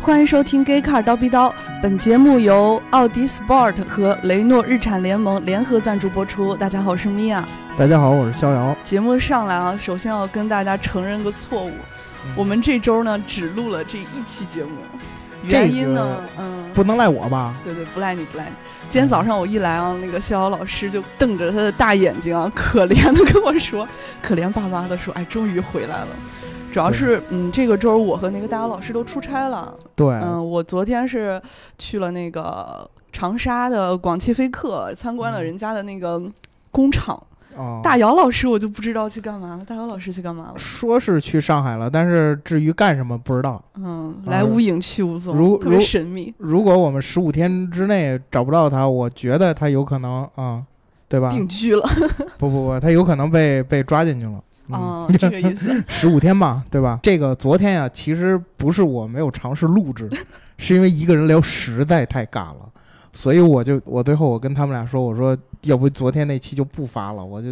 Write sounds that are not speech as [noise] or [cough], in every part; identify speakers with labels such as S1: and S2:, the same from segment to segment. S1: 欢迎收听《Gay Car 刀逼刀》，本节目由奥迪 Sport 和雷诺日产联盟联合赞助播出。大家好，我是米娅。
S2: 大家好，我是逍遥。
S1: 节目上来啊，首先要跟大家承认个错误，我们这周呢只录了这一期节目，原因呢，嗯，
S2: 不能赖我吧？
S1: 对对，不赖你，不赖你。今天早上我一来啊，那个逍遥老师就瞪着他的大眼睛啊，可怜的跟我说，可怜巴巴的说，哎，终于回来了。主要是嗯，这个周我和那个大姚老师都出差了。
S2: 对，
S1: 嗯，我昨天是去了那个长沙的广汽菲克，参观了人家的那个工厂。
S2: 嗯哦，
S1: 大姚老师我就不知道去干嘛了，大姚老师去干嘛了？
S2: 说是去上海了，但是至于干什么不知道。
S1: 嗯，
S2: 啊
S1: 来无影去无
S2: 如
S1: 踪，特别
S2: 如
S1: 神秘。
S2: 如果我们十五天之内找不到他，我觉得他有可能啊、对吧？
S1: 定居了，
S2: 不不不，他有可能被被抓进去了。嗯，
S1: 啊，
S2: [laughs]
S1: 这个意思。
S2: 十五、天吧，对吧？这个昨天呀、其实不是我没有尝试录制，是因为一个人聊实在太尬了，所以我就我最后我跟他们俩说，我说要不昨天那期就不发了，我就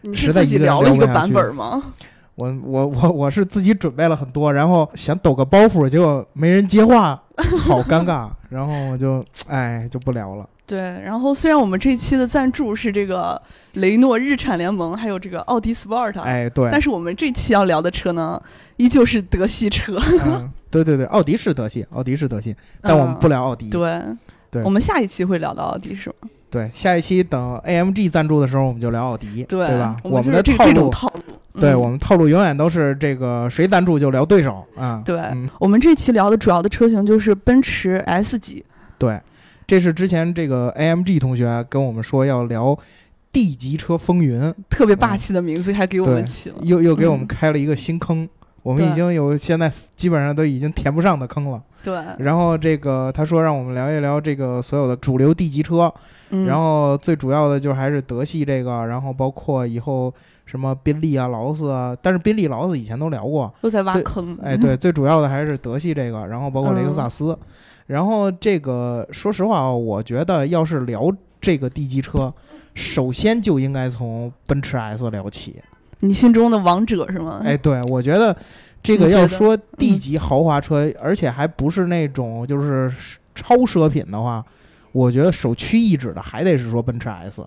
S1: 你
S2: 实
S1: 是
S2: 在
S1: 自
S2: 一
S1: 己
S2: 个人
S1: 聊了
S2: 聊
S1: 一个
S2: 不下
S1: 版
S2: 去
S1: 本吗？ [laughs]
S2: 我我我我是自己准备了很多，然后想抖个包袱，结果没人接话，好
S1: [laughs]
S2: 尴尬。然后我就哎就不聊了。
S1: 对，然后虽然我们这期的赞助是这个雷诺日产联盟，还有这个奥迪 Sport，、
S2: 哎，对，
S1: 啊但是我们这期要聊的车呢，依旧是德系车。
S2: 嗯，对对对，奥迪是德系，奥迪是德系，但我们
S1: 嗯
S2: 不聊奥迪。
S1: 对，
S2: 对
S1: 我们下一期会聊到奥迪是吗？
S2: 对，下一期等 AMG 赞助的时候，我们就聊奥迪，对吧？
S1: 我
S2: 我
S1: 们
S2: 们
S1: 就是这
S2: 的套
S1: 这种
S2: 路，
S1: 套路。
S2: 对
S1: 嗯
S2: 我们套路永远都是这个谁赞助就聊对手啊。
S1: 对、
S2: 嗯
S1: 我们这期聊的主要的车型就是奔驰 S 级，
S2: 对，这是之前这个 AMG 同学跟我们说要聊 D 级车风云。
S1: 特别霸气的名字还给我们
S2: 嗯对
S1: 起了。
S2: 又又给我
S1: 嗯
S2: 们开了一个新坑。我们
S1: 对
S2: 已经有现在基本上都已经填不上的坑了。
S1: 对，
S2: 然后这个他说让我们聊一聊这个所有的主流 D 级车，
S1: 嗯、
S2: 然后最主要的就是还是德系这个，然后包括以后什么宾利啊、劳斯啊，但是宾利、劳斯以前都聊过。
S1: 又在挖
S2: 对
S1: 坑。
S2: 哎，对，最主要的还是德系这个，然后包括雷
S1: 嗯
S2: 克萨斯。然后这个说实话啊，我觉得要是聊这个 D 级车，首先就应该从奔驰 S 聊起。
S1: 你心中的王者是吗？
S2: 哎，，对，我觉得这
S1: 嗯
S2: 个
S1: 你觉
S2: 要
S1: 得
S2: 说 D
S1: 嗯
S2: 级豪华车，而且还不是那种就是超奢品的话，我觉得首屈一指的还得是说奔驰 S。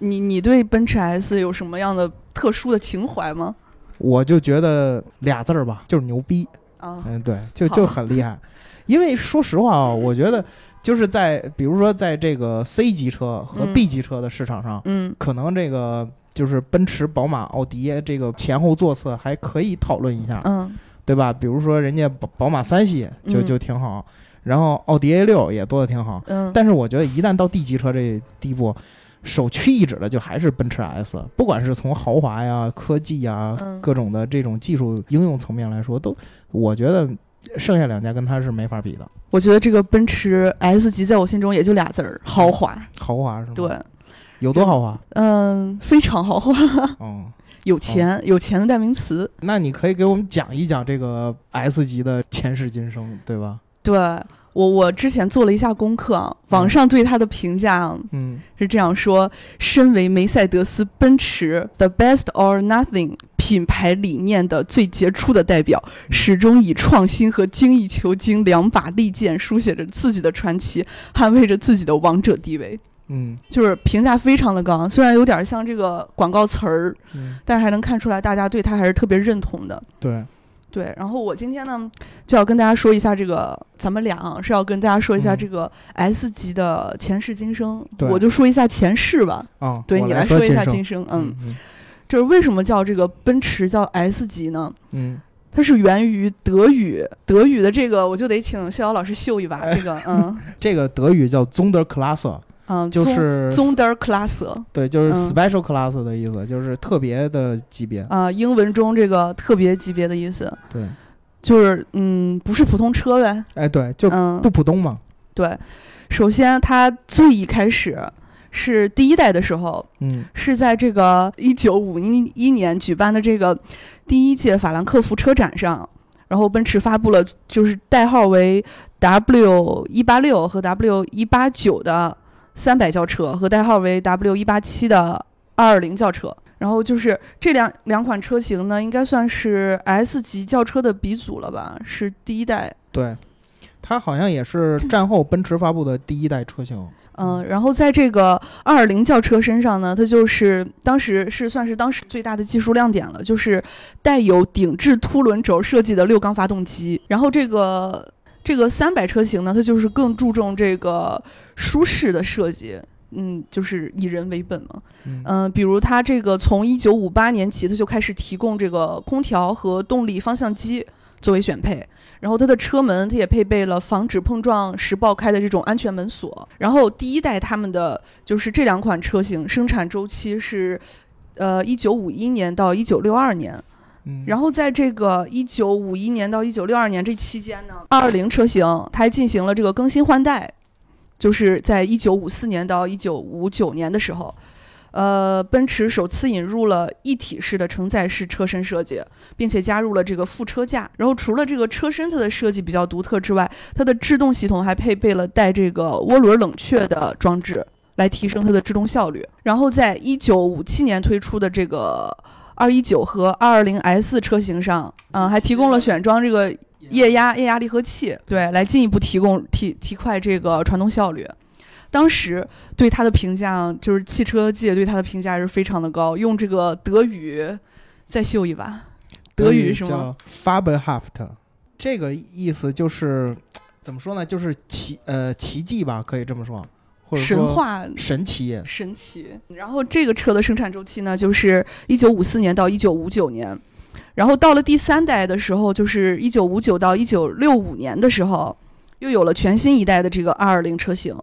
S1: 你你对奔驰 S 有什么样的特殊的情怀吗？
S2: 我就觉得俩字儿吧，就是牛逼。
S1: 啊，
S2: 嗯，对，就
S1: 好
S2: 就很厉害。因为说实话啊，我觉得就是在比如说在这个 C 级车和
S1: 嗯
S2: B 级车的市场上，
S1: 嗯，
S2: 可能这个就是奔驰、宝马、奥迪这个前后座次还可以讨论一下。
S1: 嗯，
S2: 对吧？比如说人家宝宝马三系就
S1: 嗯
S2: 就挺好，然后奥迪 A 六也做的挺好，
S1: 嗯，
S2: 但是我觉得一旦到 D 级车这地步，首屈一指的就还是奔驰 S，不管是从豪华呀、科技呀、
S1: 嗯
S2: 各种的这种技术应用层面来说，都我觉得剩下两家跟它是没法比的，
S1: 我觉得这个奔驰 S 级在我心中也就俩字儿：豪华。
S2: 豪华是吗？
S1: 对，，
S2: 有多豪华？
S1: 嗯，非常豪华，
S2: 嗯，
S1: 有钱，有钱的代名词。
S2: 那你可以给我们讲一讲这个 S 级的前世今生，对吧？
S1: 对我，我之前做了一下功课啊，网
S2: 嗯
S1: 上对它的评价啊
S2: 嗯，
S1: 是这样说：身为梅赛德斯奔驰 The Best or Nothing 品牌理念的最杰出的代表，
S2: 嗯
S1: 始终以创新和精益求精两把利剑书写着自己的传奇，捍卫着自己的王者地位。
S2: 嗯
S1: 就是评价非常的高啊，虽然有点像这个广告词儿，
S2: 嗯，
S1: 但是还能看出来大家对它还是特别认同的。
S2: 对，
S1: 对，然后我今天呢就要跟大家说一下这个，咱们俩啊是要跟大家说一下
S2: 嗯
S1: 这个 S 级的前世今生。
S2: 对
S1: 我就说一下前世吧，
S2: 啊，
S1: 对
S2: 我
S1: 你
S2: 来
S1: 说一
S2: 今
S1: 下
S2: 生
S1: 今生。嗯，
S2: 嗯
S1: 就是为什么叫这个奔驰叫 S 级呢？
S2: 嗯。
S1: 它是源于德语，德语的这个我就得请逍遥老师秀一把这个，
S2: [laughs]
S1: 嗯
S2: 这个德语叫 Sonderklasse，
S1: 嗯，
S2: 哎就
S1: 宗
S2: 是
S1: Zonder Class
S2: 对，就是
S1: 嗯
S2: special class 的意思，就是特别的级别。
S1: 啊，英文中这个特别级别的意思，
S2: 对，
S1: 就是嗯，不是普通车呗，
S2: 哎，对，就
S1: 嗯
S2: 不，普通嘛。
S1: 对。首先，它最一开始是第一代的时候，
S2: 嗯
S1: 是在这个一九五一年举办的这个第一届法兰克福车展上，然后奔驰发布了就是代号为 W 一八六和 W 一八九的三百轿车和代号为 W 一八七的二二零轿车。然后就是这两两款车型呢，应该算是 S 级轿车的鼻祖了吧？是第一代，
S2: 对，它好像也是战后奔驰发布的第一代车型。
S1: 嗯、然后在这个二二零轿车身上呢，它就是当时是算是当时最大的技术亮点了，就是带有顶置凸轮轴设计的六缸发动机。然后这个这个三百车型呢，它就是更注重这个舒适的设计，嗯，就是以人为本嘛。
S2: 嗯
S1: 嗯、比如它这个从一九五八年起，它就开始提供这个空调和动力方向机作为选配。然后它的车门，它也配备了防止碰撞时爆开的这种安全门锁。然后第一代他们的就是这两款车型生产周期是，呃，一九五一年到一九六二年。
S2: 嗯，
S1: 然后在这个一九五一年到一九六二年这期间呢，二二零车型它还进行了这个更新换代，就是在一九五四年到一九五九年的时候，呃，奔驰首次引入了一体式的承载式车身设计，并且加入了这个副车架。然后除了这个车身它的设计比较独特之外，它的制动系统还配备了带这个涡轮冷却的装置。来提升它的制动效率。然后，在一九五七年推出的这个二一九和二二零 S 车型上，嗯，还提供了选装这个液压液压离合器，对，来进一步提供提提快这个传动效率。当时对它的评价啊，就是汽车界对它的评价是非常的高，用这个德语再秀一把，德语是吗？
S2: 叫 Fabelhaft，这个意思就是怎么说呢？就是奇呃奇迹吧，可以这么说，或者
S1: 神
S2: 说
S1: 话
S2: 神奇。
S1: 神奇。然后这个车的生产周期呢，就是一九五四年到一九五九年，然后到了第三代的时候，就是一九五九到一九六五年的时候，又有了全新一代的这个二二零车型。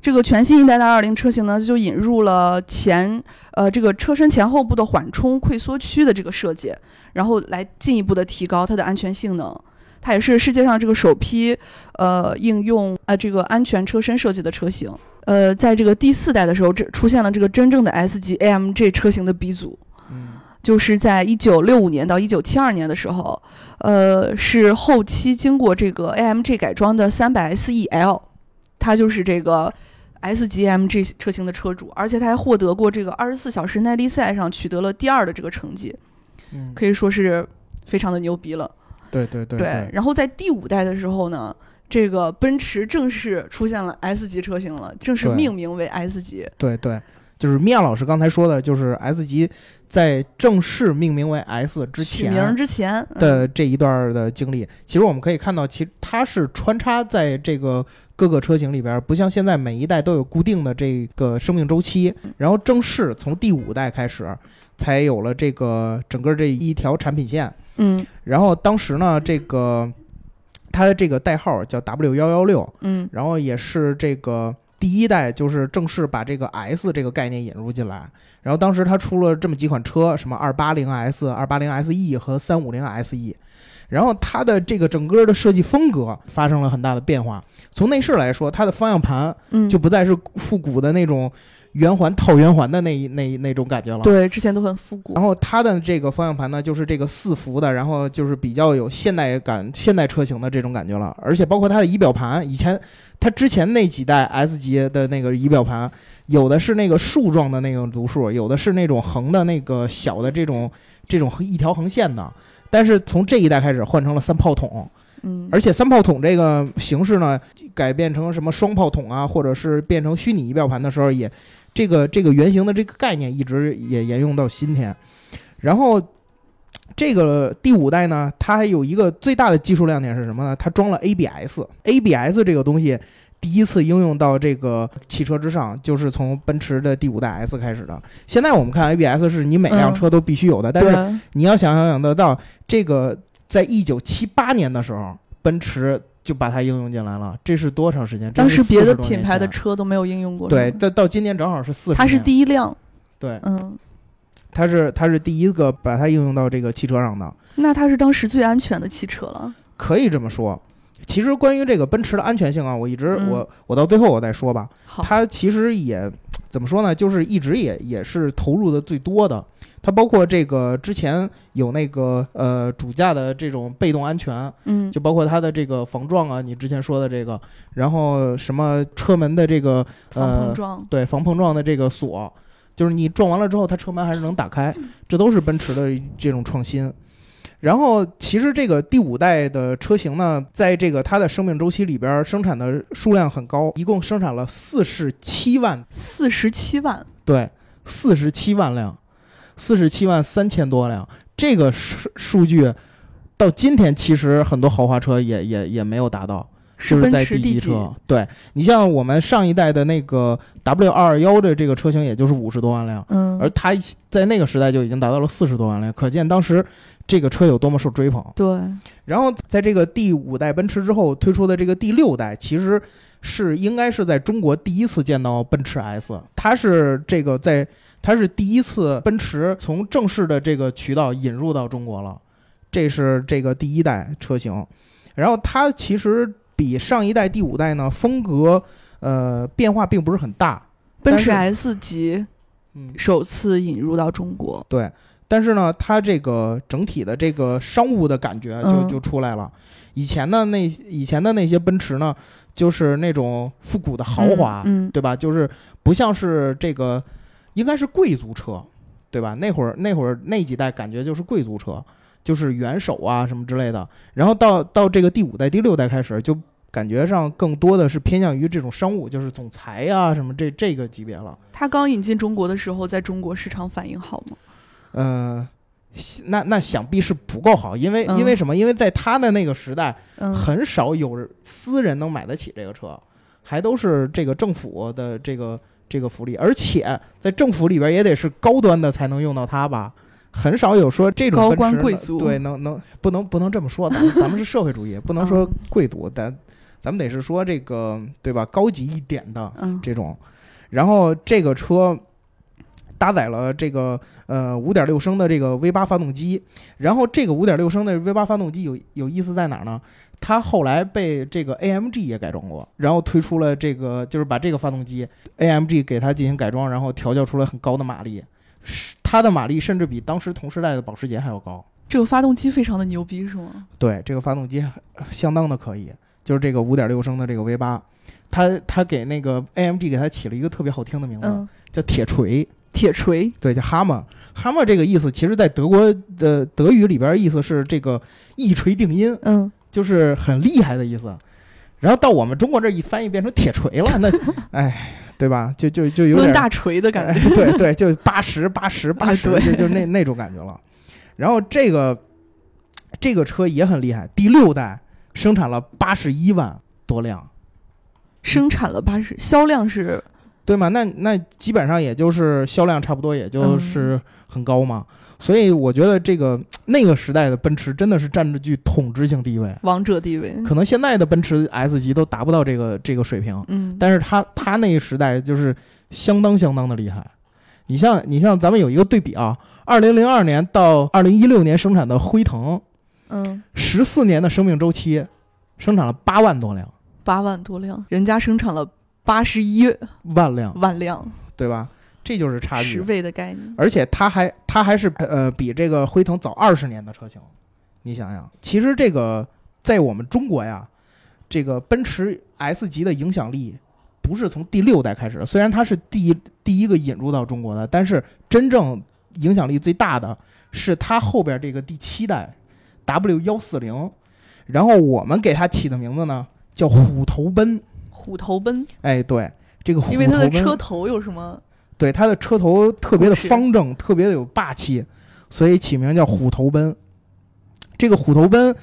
S1: 这个全新一代的二二零车型呢，就引入了前呃这个车身前后部的缓冲溃缩区的这个设计，然后来进一步的提高它的安全性能。它也是世界上这个首批呃应用啊、呃这个安全车身设计的车型。呃，在这个第四代的时候，这出现了这个真正的 S 级 AMG 车型的鼻祖，
S2: 嗯
S1: 就是在一九六五年到一九七二年的时候，呃，是后期经过这个 AMG 改装的三百 SEL，它就是这个 S 级 AMG 车型的车主，而且它还获得过这个二十四小时耐力赛上取得了第二的这个成绩，
S2: 嗯，
S1: 可以说是非常的牛逼了。
S2: 对对对
S1: 对，然后在第五代的时候呢，这个奔驰正式出现了 S 级车型了，正式
S2: 对
S1: 命名为 S 级。
S2: 对对，就是米娅老师刚才说的，就是 S 级在正式命名为 S 之
S1: 取名
S2: 前
S1: 之前嗯
S2: 的这一段的经历，其实我们可以看到，其实它是穿插在这个各个车型里边儿，不像现在每一代都有固定的这个生命周期，
S1: 嗯
S2: 然后正式从第五代开始才有了这个整个这一条产品线。
S1: 嗯
S2: 然后当时呢，这个它的这个代号叫 W 幺幺六，
S1: 嗯
S2: 然后也是这个第一代，就是正式把这个 S 这个概念引入进来。然后当时它出了这么几款车，什么二八零 S、二八零 SE 和三五零 SE。然后它的这个整个的设计风格发生了很大的变化。从内饰来说，它的方向盘
S1: 嗯，
S2: 就不再是复古的那种圆环套圆环的那一那一那种感觉了。
S1: 对，之前都很复古
S2: 然。后它的这个方向盘呢，就是这个四幅的，然后就是比较有现代感、现代车型的这种感觉了。而且包括它的仪表盘，以前它之前那几代 S 级的那个仪表盘，有的是那个竖状的那种读数，有的是那种横的那个小的这种这种一条横线的。但是从这一代开始换成了三炮筒，
S1: 嗯，
S2: 而且三炮筒这个形式呢，改变成什么双炮筒啊，或者是变成虚拟仪表盘的时候也，这个这个原型的这个概念一直也沿用到今天。然后这个第五代呢，它还有一个最大的技术亮点是什么呢？它装了 ABS。ABS 这个东西第一次应用到这个汽车之上，就是从奔驰的第五代 S 开始的。现在我们看 ABS 是你每辆
S1: 嗯
S2: 车都必须有的，但是
S1: 对，
S2: 你要想想得到，这个在一九七八年的时候，奔驰就把它应用进来了，这是多长时间？
S1: 当时
S2: 这是
S1: 别的
S2: 40多年
S1: 品牌的
S2: 前
S1: 车都没有应用过。
S2: 对，
S1: 是吗，
S2: 到到今年正好是四十年，
S1: 它是第一辆。
S2: 对，
S1: 嗯，
S2: 它是它是第一个把它应用到这个汽车上的，
S1: 那它是当时最安全的汽车了。
S2: 可以这么说。其实关于这个奔驰的安全性啊，我一直、
S1: 嗯
S2: 我我到最后我再说吧，
S1: 好，
S2: 它其实也怎么说呢，就是一直也也是投入的最多的。它包括这个之前有那个呃主驾的这种被动安全，
S1: 嗯，
S2: 就包括它的这个防撞啊，你之前说的这个，然后什么车门的这个
S1: 防碰
S2: 呃
S1: 撞。
S2: 对防碰撞的这个锁，
S1: 嗯
S2: 就是你撞完了之后，它车门还是能打开，这都是奔驰的这种创新。然后，其实这个第五代的车型呢，在这个它的生命周期里边儿，生产的数量很高，一共生产了四十七万，
S1: 四十七万，
S2: 对，四十七万辆，四十七万三千多辆。这个数数据到今天，其实很多豪华车也也也没有达到，
S1: 是
S2: 就是
S1: 奔
S2: 在
S1: 驰
S2: 级
S1: 第几？
S2: 车。对你像我们上一代的那个 W 二幺的这个车型，也就是五十多万辆。
S1: 嗯，
S2: 而它在那个时代就已经达到了四十多万辆，可见当时这个车有多么受追捧。
S1: 对，
S2: 然后在这个第五代奔驰之后推出的这个第六代，其实是应该是在中国第一次见到奔驰 S，它是这个在它是第一次奔驰从正式的这个渠道引入到中国了，这是这个第一代车型。然后它其实比上一代第五代呢风格呃变化并不是很大，
S1: 奔
S2: 但
S1: 驰
S2: 是
S1: S 级
S2: 嗯，
S1: 首次引入到中国，
S2: 对，但是呢，它这个整体的这个商务的感觉就
S1: 嗯
S2: 就出来了。以前的那以前的那些奔驰呢，就是那种复古的豪华，
S1: 嗯，嗯
S2: 对吧？就是不像是这个，应该是贵族车，对吧？那会儿那会儿那几代感觉就是贵族车，就是元首啊什么之类的。然后到到这个第五代、第六代开始就。感觉上更多的是偏向于这种商务，就是总裁啊什么这这个级别了。
S1: 它刚引进中国的时候，在中国市场反应好吗？
S2: 呃，想那那想必是不够好，因为、
S1: 嗯
S2: 因为什么？因为在他的那个时代，
S1: 嗯，
S2: 很少有私人能买得起这个车，还都是这个政府的这个这个福利，而且在政府里边也得是高端的才能用到它吧。很少有说这种
S1: 高
S2: 奔驰
S1: 官
S2: 能
S1: 贵族
S2: 对，能能不能不能这么说的，咱们咱们是社会主义，不能说
S1: 嗯
S2: 贵族，咱咱们得是说这个对吧，高级一点的，
S1: 嗯，
S2: 这种。然后这个车搭载了这个呃五点六升的这个 V 八发动机，然后这个五点六升的 V 八发动机有有意思在哪儿呢？它后来被这个 AMG 也改装过，然后推出了这个就是把这个发动机 AMG 给它进行改装，然后调教出了很高的马力，是它的马力甚至比当时同时代的保时捷还要高。
S1: 这个发动机非常的牛逼，是吗？
S2: 对，这个发动机呃相当的可以，就是这个五点六升的这个 V 八，它它给那个 AMG 给它起了一个特别好听的名字，
S1: 嗯，
S2: 叫铁锤，
S1: 铁锤，
S2: 对，叫哈马。哈马这个意思，其实在德国的德语里边意思是这个一锤定音，
S1: 嗯，
S2: 就是很厉害的意思。然后到我们中国这一翻译变成铁锤了，那哎，对吧？就就就有
S1: 抡
S2: 点
S1: 大锤的感觉，哎
S2: 哎、对对，就八十八十八十，
S1: 对
S2: 就就那那种感觉了。然后这个这个车也很厉害，第六代生产了八十一万多辆，
S1: 生产了八十，销量是
S2: 对吗？那那基本上也就是销量差不多，也
S1: 嗯
S2: 就是很高嘛。所以我觉得这个那个时代的奔驰真的是占据统治性地位，
S1: 王者地位，
S2: 可能现在的奔驰 S 级都达不到这个这个水平。
S1: 嗯，
S2: 但是他他那个时代就是相当相当的厉害。你像你像咱们有一个对比啊，二零零二年到二零一六年生产的辉腾，
S1: 嗯，
S2: 十四年的生命周期，生产了八万多辆
S1: 八万多辆，人家生产了八十一
S2: 万辆，
S1: 万辆，
S2: 对吧？这就是差
S1: 十
S2: 距。
S1: 倍的概念，
S2: 而且它还它还是呃比这个辉腾早二十年的车型，你想想，其实这个在我们中国呀，这个奔驰 S 级的影响力不是从第六代开始，虽然它是第一第一个引入到中国的，但是真正影响力最大的是它后边这个第七代 W 幺四零，然后我们给它起的名字呢叫虎头奔，
S1: 虎头奔，
S2: 哎，对。这个虎头
S1: 因为它的
S2: 奔
S1: 车头有什么？
S2: 对，它的车头特别的
S1: 虎式
S2: 方正，特别的有霸气，所以起名叫虎头奔。这个虎头奔，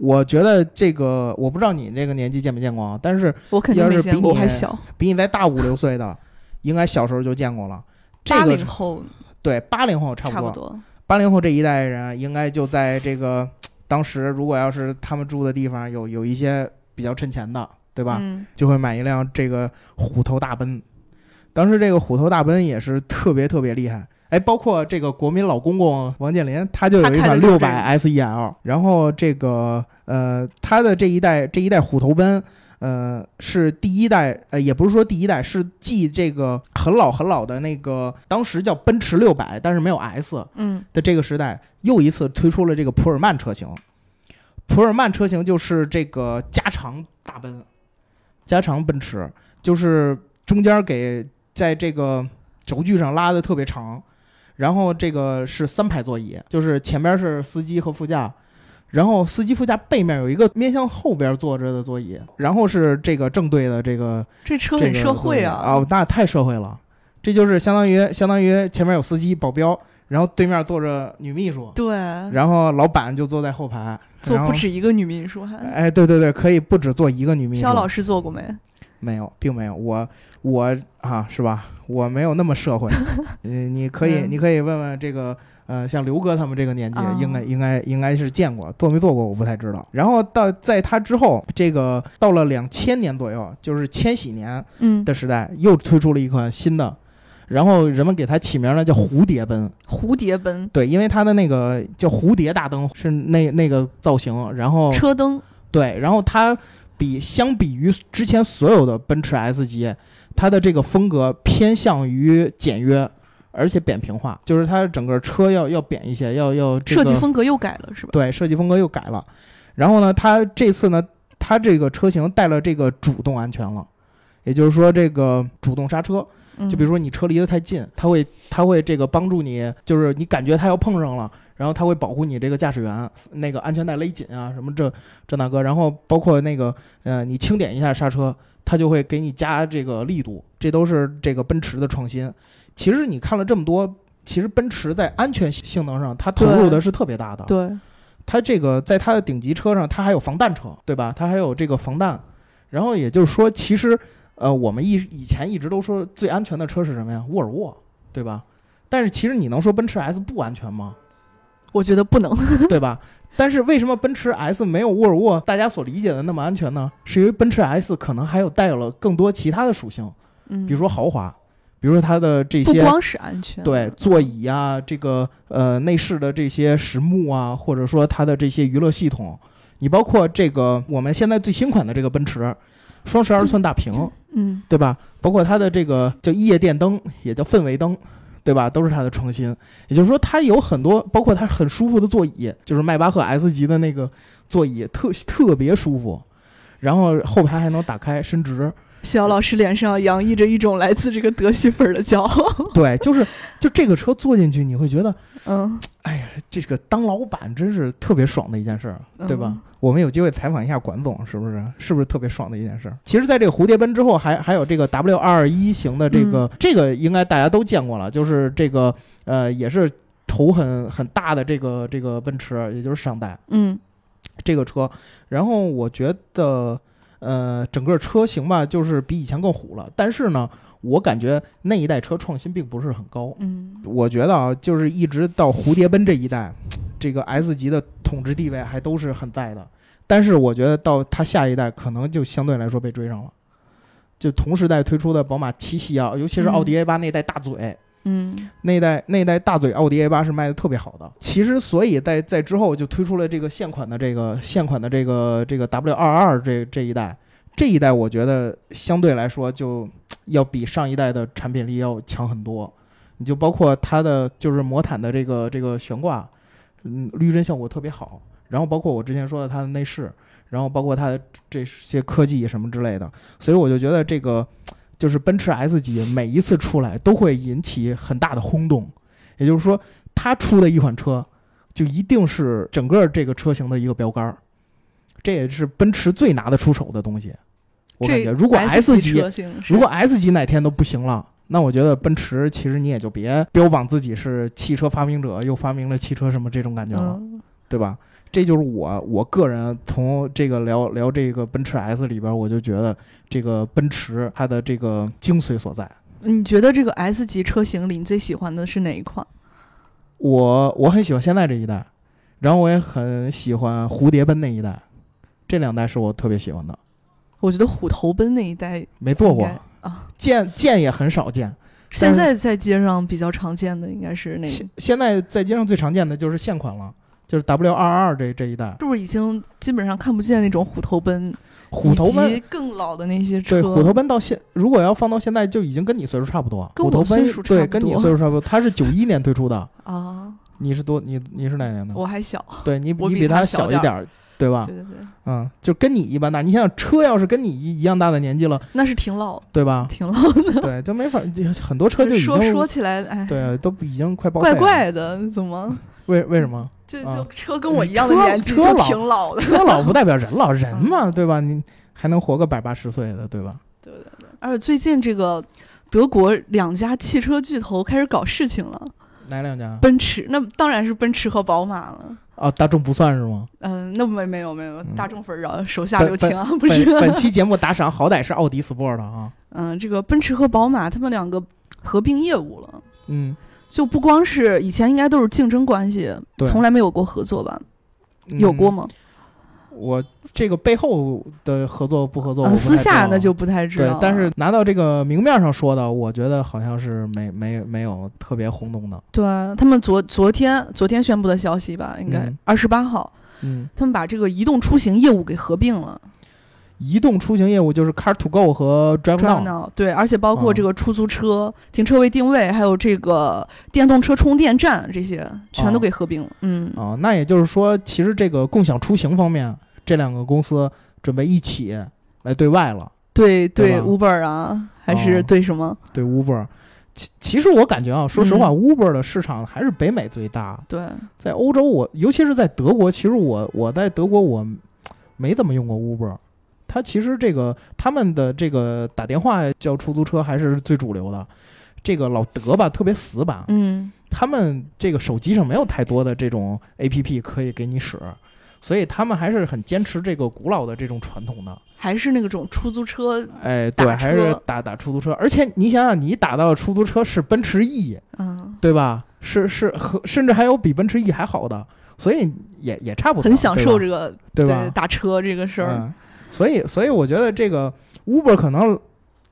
S2: 我觉得这个我不知道你这个年纪见没见过啊，但是
S1: 我肯定
S2: 要
S1: 没
S2: 是
S1: 见
S2: 比
S1: 过，我
S2: 你
S1: 还小，
S2: 比你再大五六岁的，应该小时候就见过了。这
S1: 八
S2: 个
S1: 零
S2: 是
S1: 后
S2: 对八零后差
S1: 差
S2: 不
S1: 不
S2: 多，
S1: 多，
S2: 八零后这一代人应该就在这个当时，如果要是他们住的地方有有一些比较趁钱的，对吧？
S1: 嗯，
S2: 就会买一辆这个虎头大奔。当时这个虎头大奔也是特别特别厉害，哎，包括这个国民老公公王健林，他就有一
S1: 他开
S2: 款
S1: 的就是这
S2: 六百 SEL，然后这个呃，他的这一代这一代虎头奔。呃，是第一代，呃，也不是说第一代，是继这个很老很老的那个，当时叫奔驰六百，但是没有 S，
S1: 嗯，
S2: 的这个时代，又一次推出了这个普尔曼车型。普尔曼车型就是这个加长大奔，加长奔驰，就是中间给在这个轴距上拉的特别长，然后这个是三排座椅，就是前边是司机和副驾，然后司机副驾背面有一个面向后边坐着的座椅，然后是这个正对的这个
S1: 这车很
S2: 这个
S1: 社会啊！
S2: 啊、那太社会了，这就是相当于相当于前面有司机保镖，然后对面坐着女秘书，
S1: 对，
S2: 然后老板就坐在后排，
S1: 做
S2: 然
S1: 不
S2: 后
S1: 止一个女秘书，还
S2: 哎，对对对，可以不止做一个女秘书。
S1: 肖老师做过没？
S2: 没有，并没有，我我啊，是吧？我没有那么社
S1: [laughs]
S2: 会。嗯，你可以，
S1: 嗯
S2: 你可以问问这个，呃，像刘哥他们这个年纪
S1: 啊，
S2: 应该应该应该是见过，做没做过我不太知道。然后到在他之后，这个到了两千年左右，就是千禧年
S1: 嗯，
S2: 的时代，又推出了一款新的，然后人们给它起名呢叫蝴蝶奔。
S1: 蝴蝶奔
S2: 对，因为它的那个叫蝴蝶大灯是那那个造型，然后
S1: 车灯，
S2: 对，然后它比相比于之前所有的奔驰 S 级，它的这个风格偏向于简约，而且扁平化，就是它整个车要要扁一些，要要、这
S1: 设
S2: 个、
S1: 计风格又改了是吧？
S2: 对设计风格又改了。然后呢，它这次呢，它这个车型带了这个主动安全了，也就是说这个主动刹车，
S1: 嗯
S2: 就比如说你车离得太近，它会它会这个帮助你，就是你感觉它要碰上了，然后它会保护你这个驾驶员，那个安全带勒紧啊什么这这那个，然后包括那个呃你轻点一下刹车，它就会给你加这个力度，这都是这个奔驰的创新。其实你看了这么多，其实奔驰在安全性能上它投入的是特别大的，
S1: 对，
S2: 它这个在它的顶级车上，它还有防弹车，对吧？它还有这个防弹。然后也就是说，其实呃，我们一以前一直都说最安全的车是什么呀？沃尔沃，对吧？但是其实你能说奔驰 S 不安全吗？ [laughs]
S1: 我觉得不能，
S2: 对吧？但是为什么奔驰 S 没有沃尔沃大家所理解的那么安全呢？是因为奔驰 S 可能还有带有了更多其他的属性，
S1: 嗯，
S2: 比如说豪华，比如说它的这
S1: 不
S2: 些
S1: 光是安全，
S2: 对座椅啊，这个呃内饰的这些实木啊，或者说它的这些娱乐系统，你包括这个我们现在最新款的这个奔驰，双十二寸大屏，
S1: 嗯，
S2: 对吧？包括它的这个叫夜店灯，也叫氛围灯。对吧？都是它的创新，也就是说，它有很多，包括它很舒服的座椅，就是迈巴赫 S 级的那个座椅，特特别舒服，然后后排还能打开伸直，
S1: 肖老师脸上洋溢着一种来自这个德系粉儿的骄傲，
S2: 对，就是就这个车坐进去，你会觉得
S1: 嗯，
S2: 这个当老板真是特别爽的一件事儿，对吧？
S1: 嗯
S2: 我们有机会采访一下管总，是不是？是不是特别爽的一件事儿？其实，在这个蝴蝶奔之后，还还有这个 W 二二一型的这个，这个应该大家都见过了，就是这个呃，也是头很很大的这个这个奔驰，也就是上代
S1: 嗯，
S2: 这个车。然后我觉得，呃，整个车型吧，就是比以前更虎了。但是呢，我感觉那一代车创新并不是很高。
S1: 嗯，
S2: 我觉得啊，就是一直到蝴蝶奔这一代，这个 S 级的统治地位还都是很在的。但是我觉得到它下一代，可能就相对来说被追上了。就同时代推出的宝马七系啊，尤其是奥迪 A 八那代大嘴，
S1: 嗯，
S2: 那代那代大嘴奥迪 A 八是卖的特别好的。其实，所以在在之后就推出了这个现款的这个现款的这个这个 W 二二这这一代，这一代我觉得相对来说就要比上一代的产品力要强很多。你就包括它的就是魔毯的这个这个悬挂，嗯，滤震效果特别好。然后包括我之前说的它的内饰，然后包括它的这些科技什么之类的，所以我就觉得这个就是奔驰 S 级每一次出来都会引起很大的轰动，也就是说，它出的一款车就一定是整个这个车型的一个标杆儿，这也是奔驰最拿得出手的东西。我感
S1: 这
S2: 觉，如果
S1: S
S2: 级
S1: 车型是，
S2: 如果 S 级哪天都不行了，那我觉得奔驰其实你也就别标榜自己是汽车发明者，又发明了汽车什么这种感觉了，
S1: 嗯，
S2: 对吧？这就是我我个人从这个聊聊这个奔驰 S 里边，我就觉得这个奔驰它的这个精髓所在。
S1: 你觉得这个 S 级车型里你最喜欢的是哪一款？
S2: 我我很喜欢现在这一代，然后我也很喜欢蝴蝶奔那一代，这两代是我特别喜欢的，
S1: 我觉得虎头奔那一代
S2: 没做
S1: 应
S2: 过
S1: 该，啊，
S2: 见见也很少见。
S1: 现
S2: 但是
S1: 在在街上比较常见的应该是那个，
S2: 现现在在街上最常见的就是现款了，就是 W 二二这这一代。
S1: 是不是已经基本上看不见那种虎头奔，
S2: 虎头
S1: 以
S2: 奔
S1: 及更老的那些车？
S2: 对虎头奔到现，如果要放到现在，就已经跟你岁数差不多。
S1: 跟
S2: 虎头
S1: 我
S2: 奔
S1: 岁数差
S2: 对，
S1: 不
S2: 跟你
S1: 多
S2: 岁数差不多。它是九一年推出的，
S1: 啊，
S2: 你是多你你是哪年的？
S1: 我还小，
S2: 对你
S1: 我
S2: 你
S1: 比
S2: 比
S1: 他
S2: 它
S1: 小
S2: 小一
S1: 点
S2: 点儿，对吧？
S1: 对对对，
S2: 嗯，就跟你一般大。你想想，车要是跟你一一样大的年纪了，
S1: 那是挺老
S2: 对
S1: [laughs]
S2: 吧？
S1: 挺老的。
S2: 对，就没法，就很多车就已经
S1: 说说起来，哎，
S2: 对，都已经快报废
S1: 怪怪
S2: 了。
S1: 的，怎么
S2: 为为什么？
S1: 就
S2: 啊
S1: 就车跟我一样的年纪
S2: 车
S1: 就
S2: 车老
S1: 挺老
S2: [laughs]
S1: 的，
S2: 车老不代表人老，人嘛，对吧？你还能活个百八十岁的，对吧？
S1: 对对对。而且最近这个德国两家汽车巨头开始搞事情了，
S2: 哪两家？
S1: 奔驰那当然是奔驰和宝马了。
S2: 哦，大众不算是吗？
S1: 嗯，那没没有没有
S2: 嗯，
S1: 大众粉儿饶手下
S2: 本
S1: 留情啊，不
S2: 本
S1: 是。
S2: 本期节目打赏好歹是奥迪 Sport
S1: [laughs]
S2: 啊，
S1: 嗯，这个奔驰和宝马他们两个合并业务了，
S2: 嗯，
S1: 就不光是以前应该都是竞争关系，
S2: 对
S1: 从来没有过合作吧？
S2: 嗯
S1: 有过？吗？
S2: 我这个背后的合作不合作，我
S1: 嗯，
S2: 不太
S1: 私下
S2: 知道
S1: 那就不太知道
S2: 对
S1: 了。，
S2: 但是拿到这个明面上说的，我觉得好像是没没没有特别轰动的，
S1: 对啊他们昨昨天昨天宣布的消息吧，应该
S2: 嗯
S1: 二十八号，
S2: 嗯，
S1: 他们把这个移动出行业务给合并了
S2: 移动出行业务就是 Car to Go 和 Drive
S1: ，Drive
S2: Now，
S1: Now 对，而且包括
S2: 哦
S1: 这个出租车、停车位定位，还有这个电动车充电站这些，全
S2: 哦
S1: 都给合并了。嗯，
S2: 啊，那也就是说，其实这个共享出行方面，这两个公司准备一起来对外了，
S1: 对
S2: 对吧
S1: u b e r 啊，还
S2: 哦
S1: 是对什么？
S2: 对 Uber。其其实我感觉啊，说实话、
S1: 嗯
S2: u b e r 的市场还是北美最大，
S1: 对，
S2: 在欧洲我，尤其是在德国，其实我我在德国我没怎么用过 Uber，它其实这个他们的这个打电话叫出租车还是最主流的。这个老德吧特别死板，
S1: 嗯，
S2: 他们这个手机上没有太多的这种 APP 可以给你使，所以他们还是很坚持这个古老的这种传统的。
S1: 还是那个种出租车，
S2: 哎，对，
S1: 打
S2: 还是
S1: 车
S2: 打打出租车，而且你想想，你打到的出租车是奔驰 E，
S1: 嗯，
S2: 对吧？是是和甚至还有比奔驰 E 还好的，所以也也差不多，
S1: 很享受这
S2: 个，
S1: 个
S2: 对吧？
S1: 打车这个事儿。
S2: 嗯，所以所以我觉得这个 Uber 可能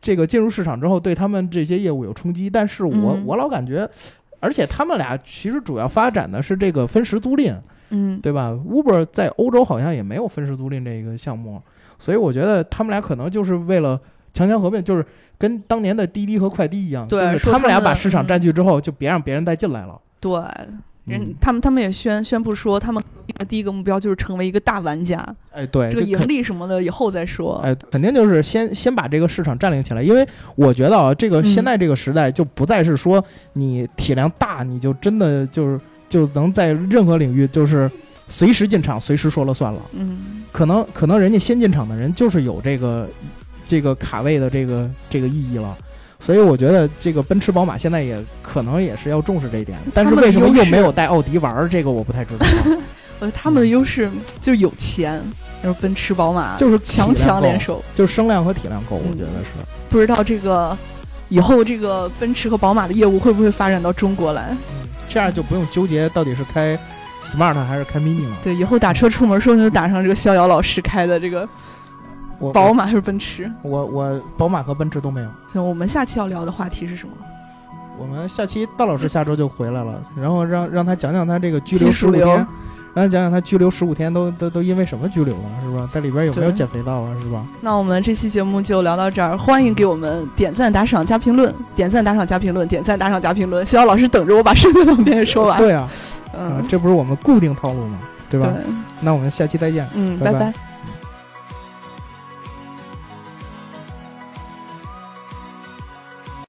S2: 这个进入市场之后对他们这些业务有冲击，但是我、
S1: 嗯
S2: 我老感觉，而且他们俩其实主要发展的是这个分时租赁，
S1: 嗯，
S2: 对吧？Uber 在欧洲好像也没有分时租赁这个项目，所以我觉得他们俩可能就是为了强强合并，就是跟当年的滴滴和快滴一样，
S1: 对
S2: 就是
S1: 说
S2: 他们俩
S1: 他们嗯
S2: 把市场占据之后，就别让别人再进来了。
S1: 对，
S2: 嗯
S1: 人他们他们也宣宣布说，他们的第一个目标就是成为一个大玩家，
S2: 哎，对，
S1: 这个
S2: 就
S1: 盈
S2: 肯
S1: 利什么的以后再说。
S2: 哎，肯定就是先先把这个市场占领起来，因为我觉得啊，这个
S1: 嗯
S2: 现在这个时代就不再是说你体量大，你就真的就是就能在任何领域就是随时进场，随时说了算了。
S1: 嗯，
S2: 可能可能人家先进场的人就是有这个这个卡位的这个这个意义了。所以我觉得这个奔驰、宝马现在也可能也是要重视这一点，但是
S1: 他们的
S2: 为什么
S1: 优
S2: 又
S1: 势
S2: 没有带奥迪玩儿，这个我不
S1: [laughs]
S2: 太知道。
S1: 呃，他们的优势就是有钱，就是奔驰、宝马，
S2: 就是
S1: 强
S2: 体量
S1: 强
S2: 够
S1: 联手。
S2: 就是声量和体量够，我
S1: 嗯
S2: 觉得是。
S1: 不知道这个以后这个奔驰和宝马的业务会不会发展到中国来？
S2: 嗯，这样就不用纠结到底是开 smart 还是开 mini 了。
S1: 对，以后打车出门，说不定就打上这个逍遥老师开的这个
S2: 我
S1: 宝马还是奔驰。
S2: 我我宝马和奔驰都没有。
S1: 行，我们下期要聊的话题是什么？
S2: 我们下期道老师下周就回来了，然后让让他讲讲他这个拘留
S1: 技
S2: 十
S1: 术
S2: 五天，
S1: 流
S2: 让他讲讲他拘留十五天都都都因为什么拘留了，是吧？在里边有没有
S1: 对
S2: 减肥到啊，是吧？
S1: 那我们这期节目就聊到这儿，欢迎给我们点赞、打赏、加评论，点赞、打赏、加评论，点赞、打赏、加评论。逍遥老师等着我把剩下两遍说完。
S2: 对啊，啊
S1: 嗯，
S2: 这不是我们固定套路吗？对
S1: 对
S2: 吧？，那我们下期再见。
S1: 嗯，
S2: 拜拜
S1: 拜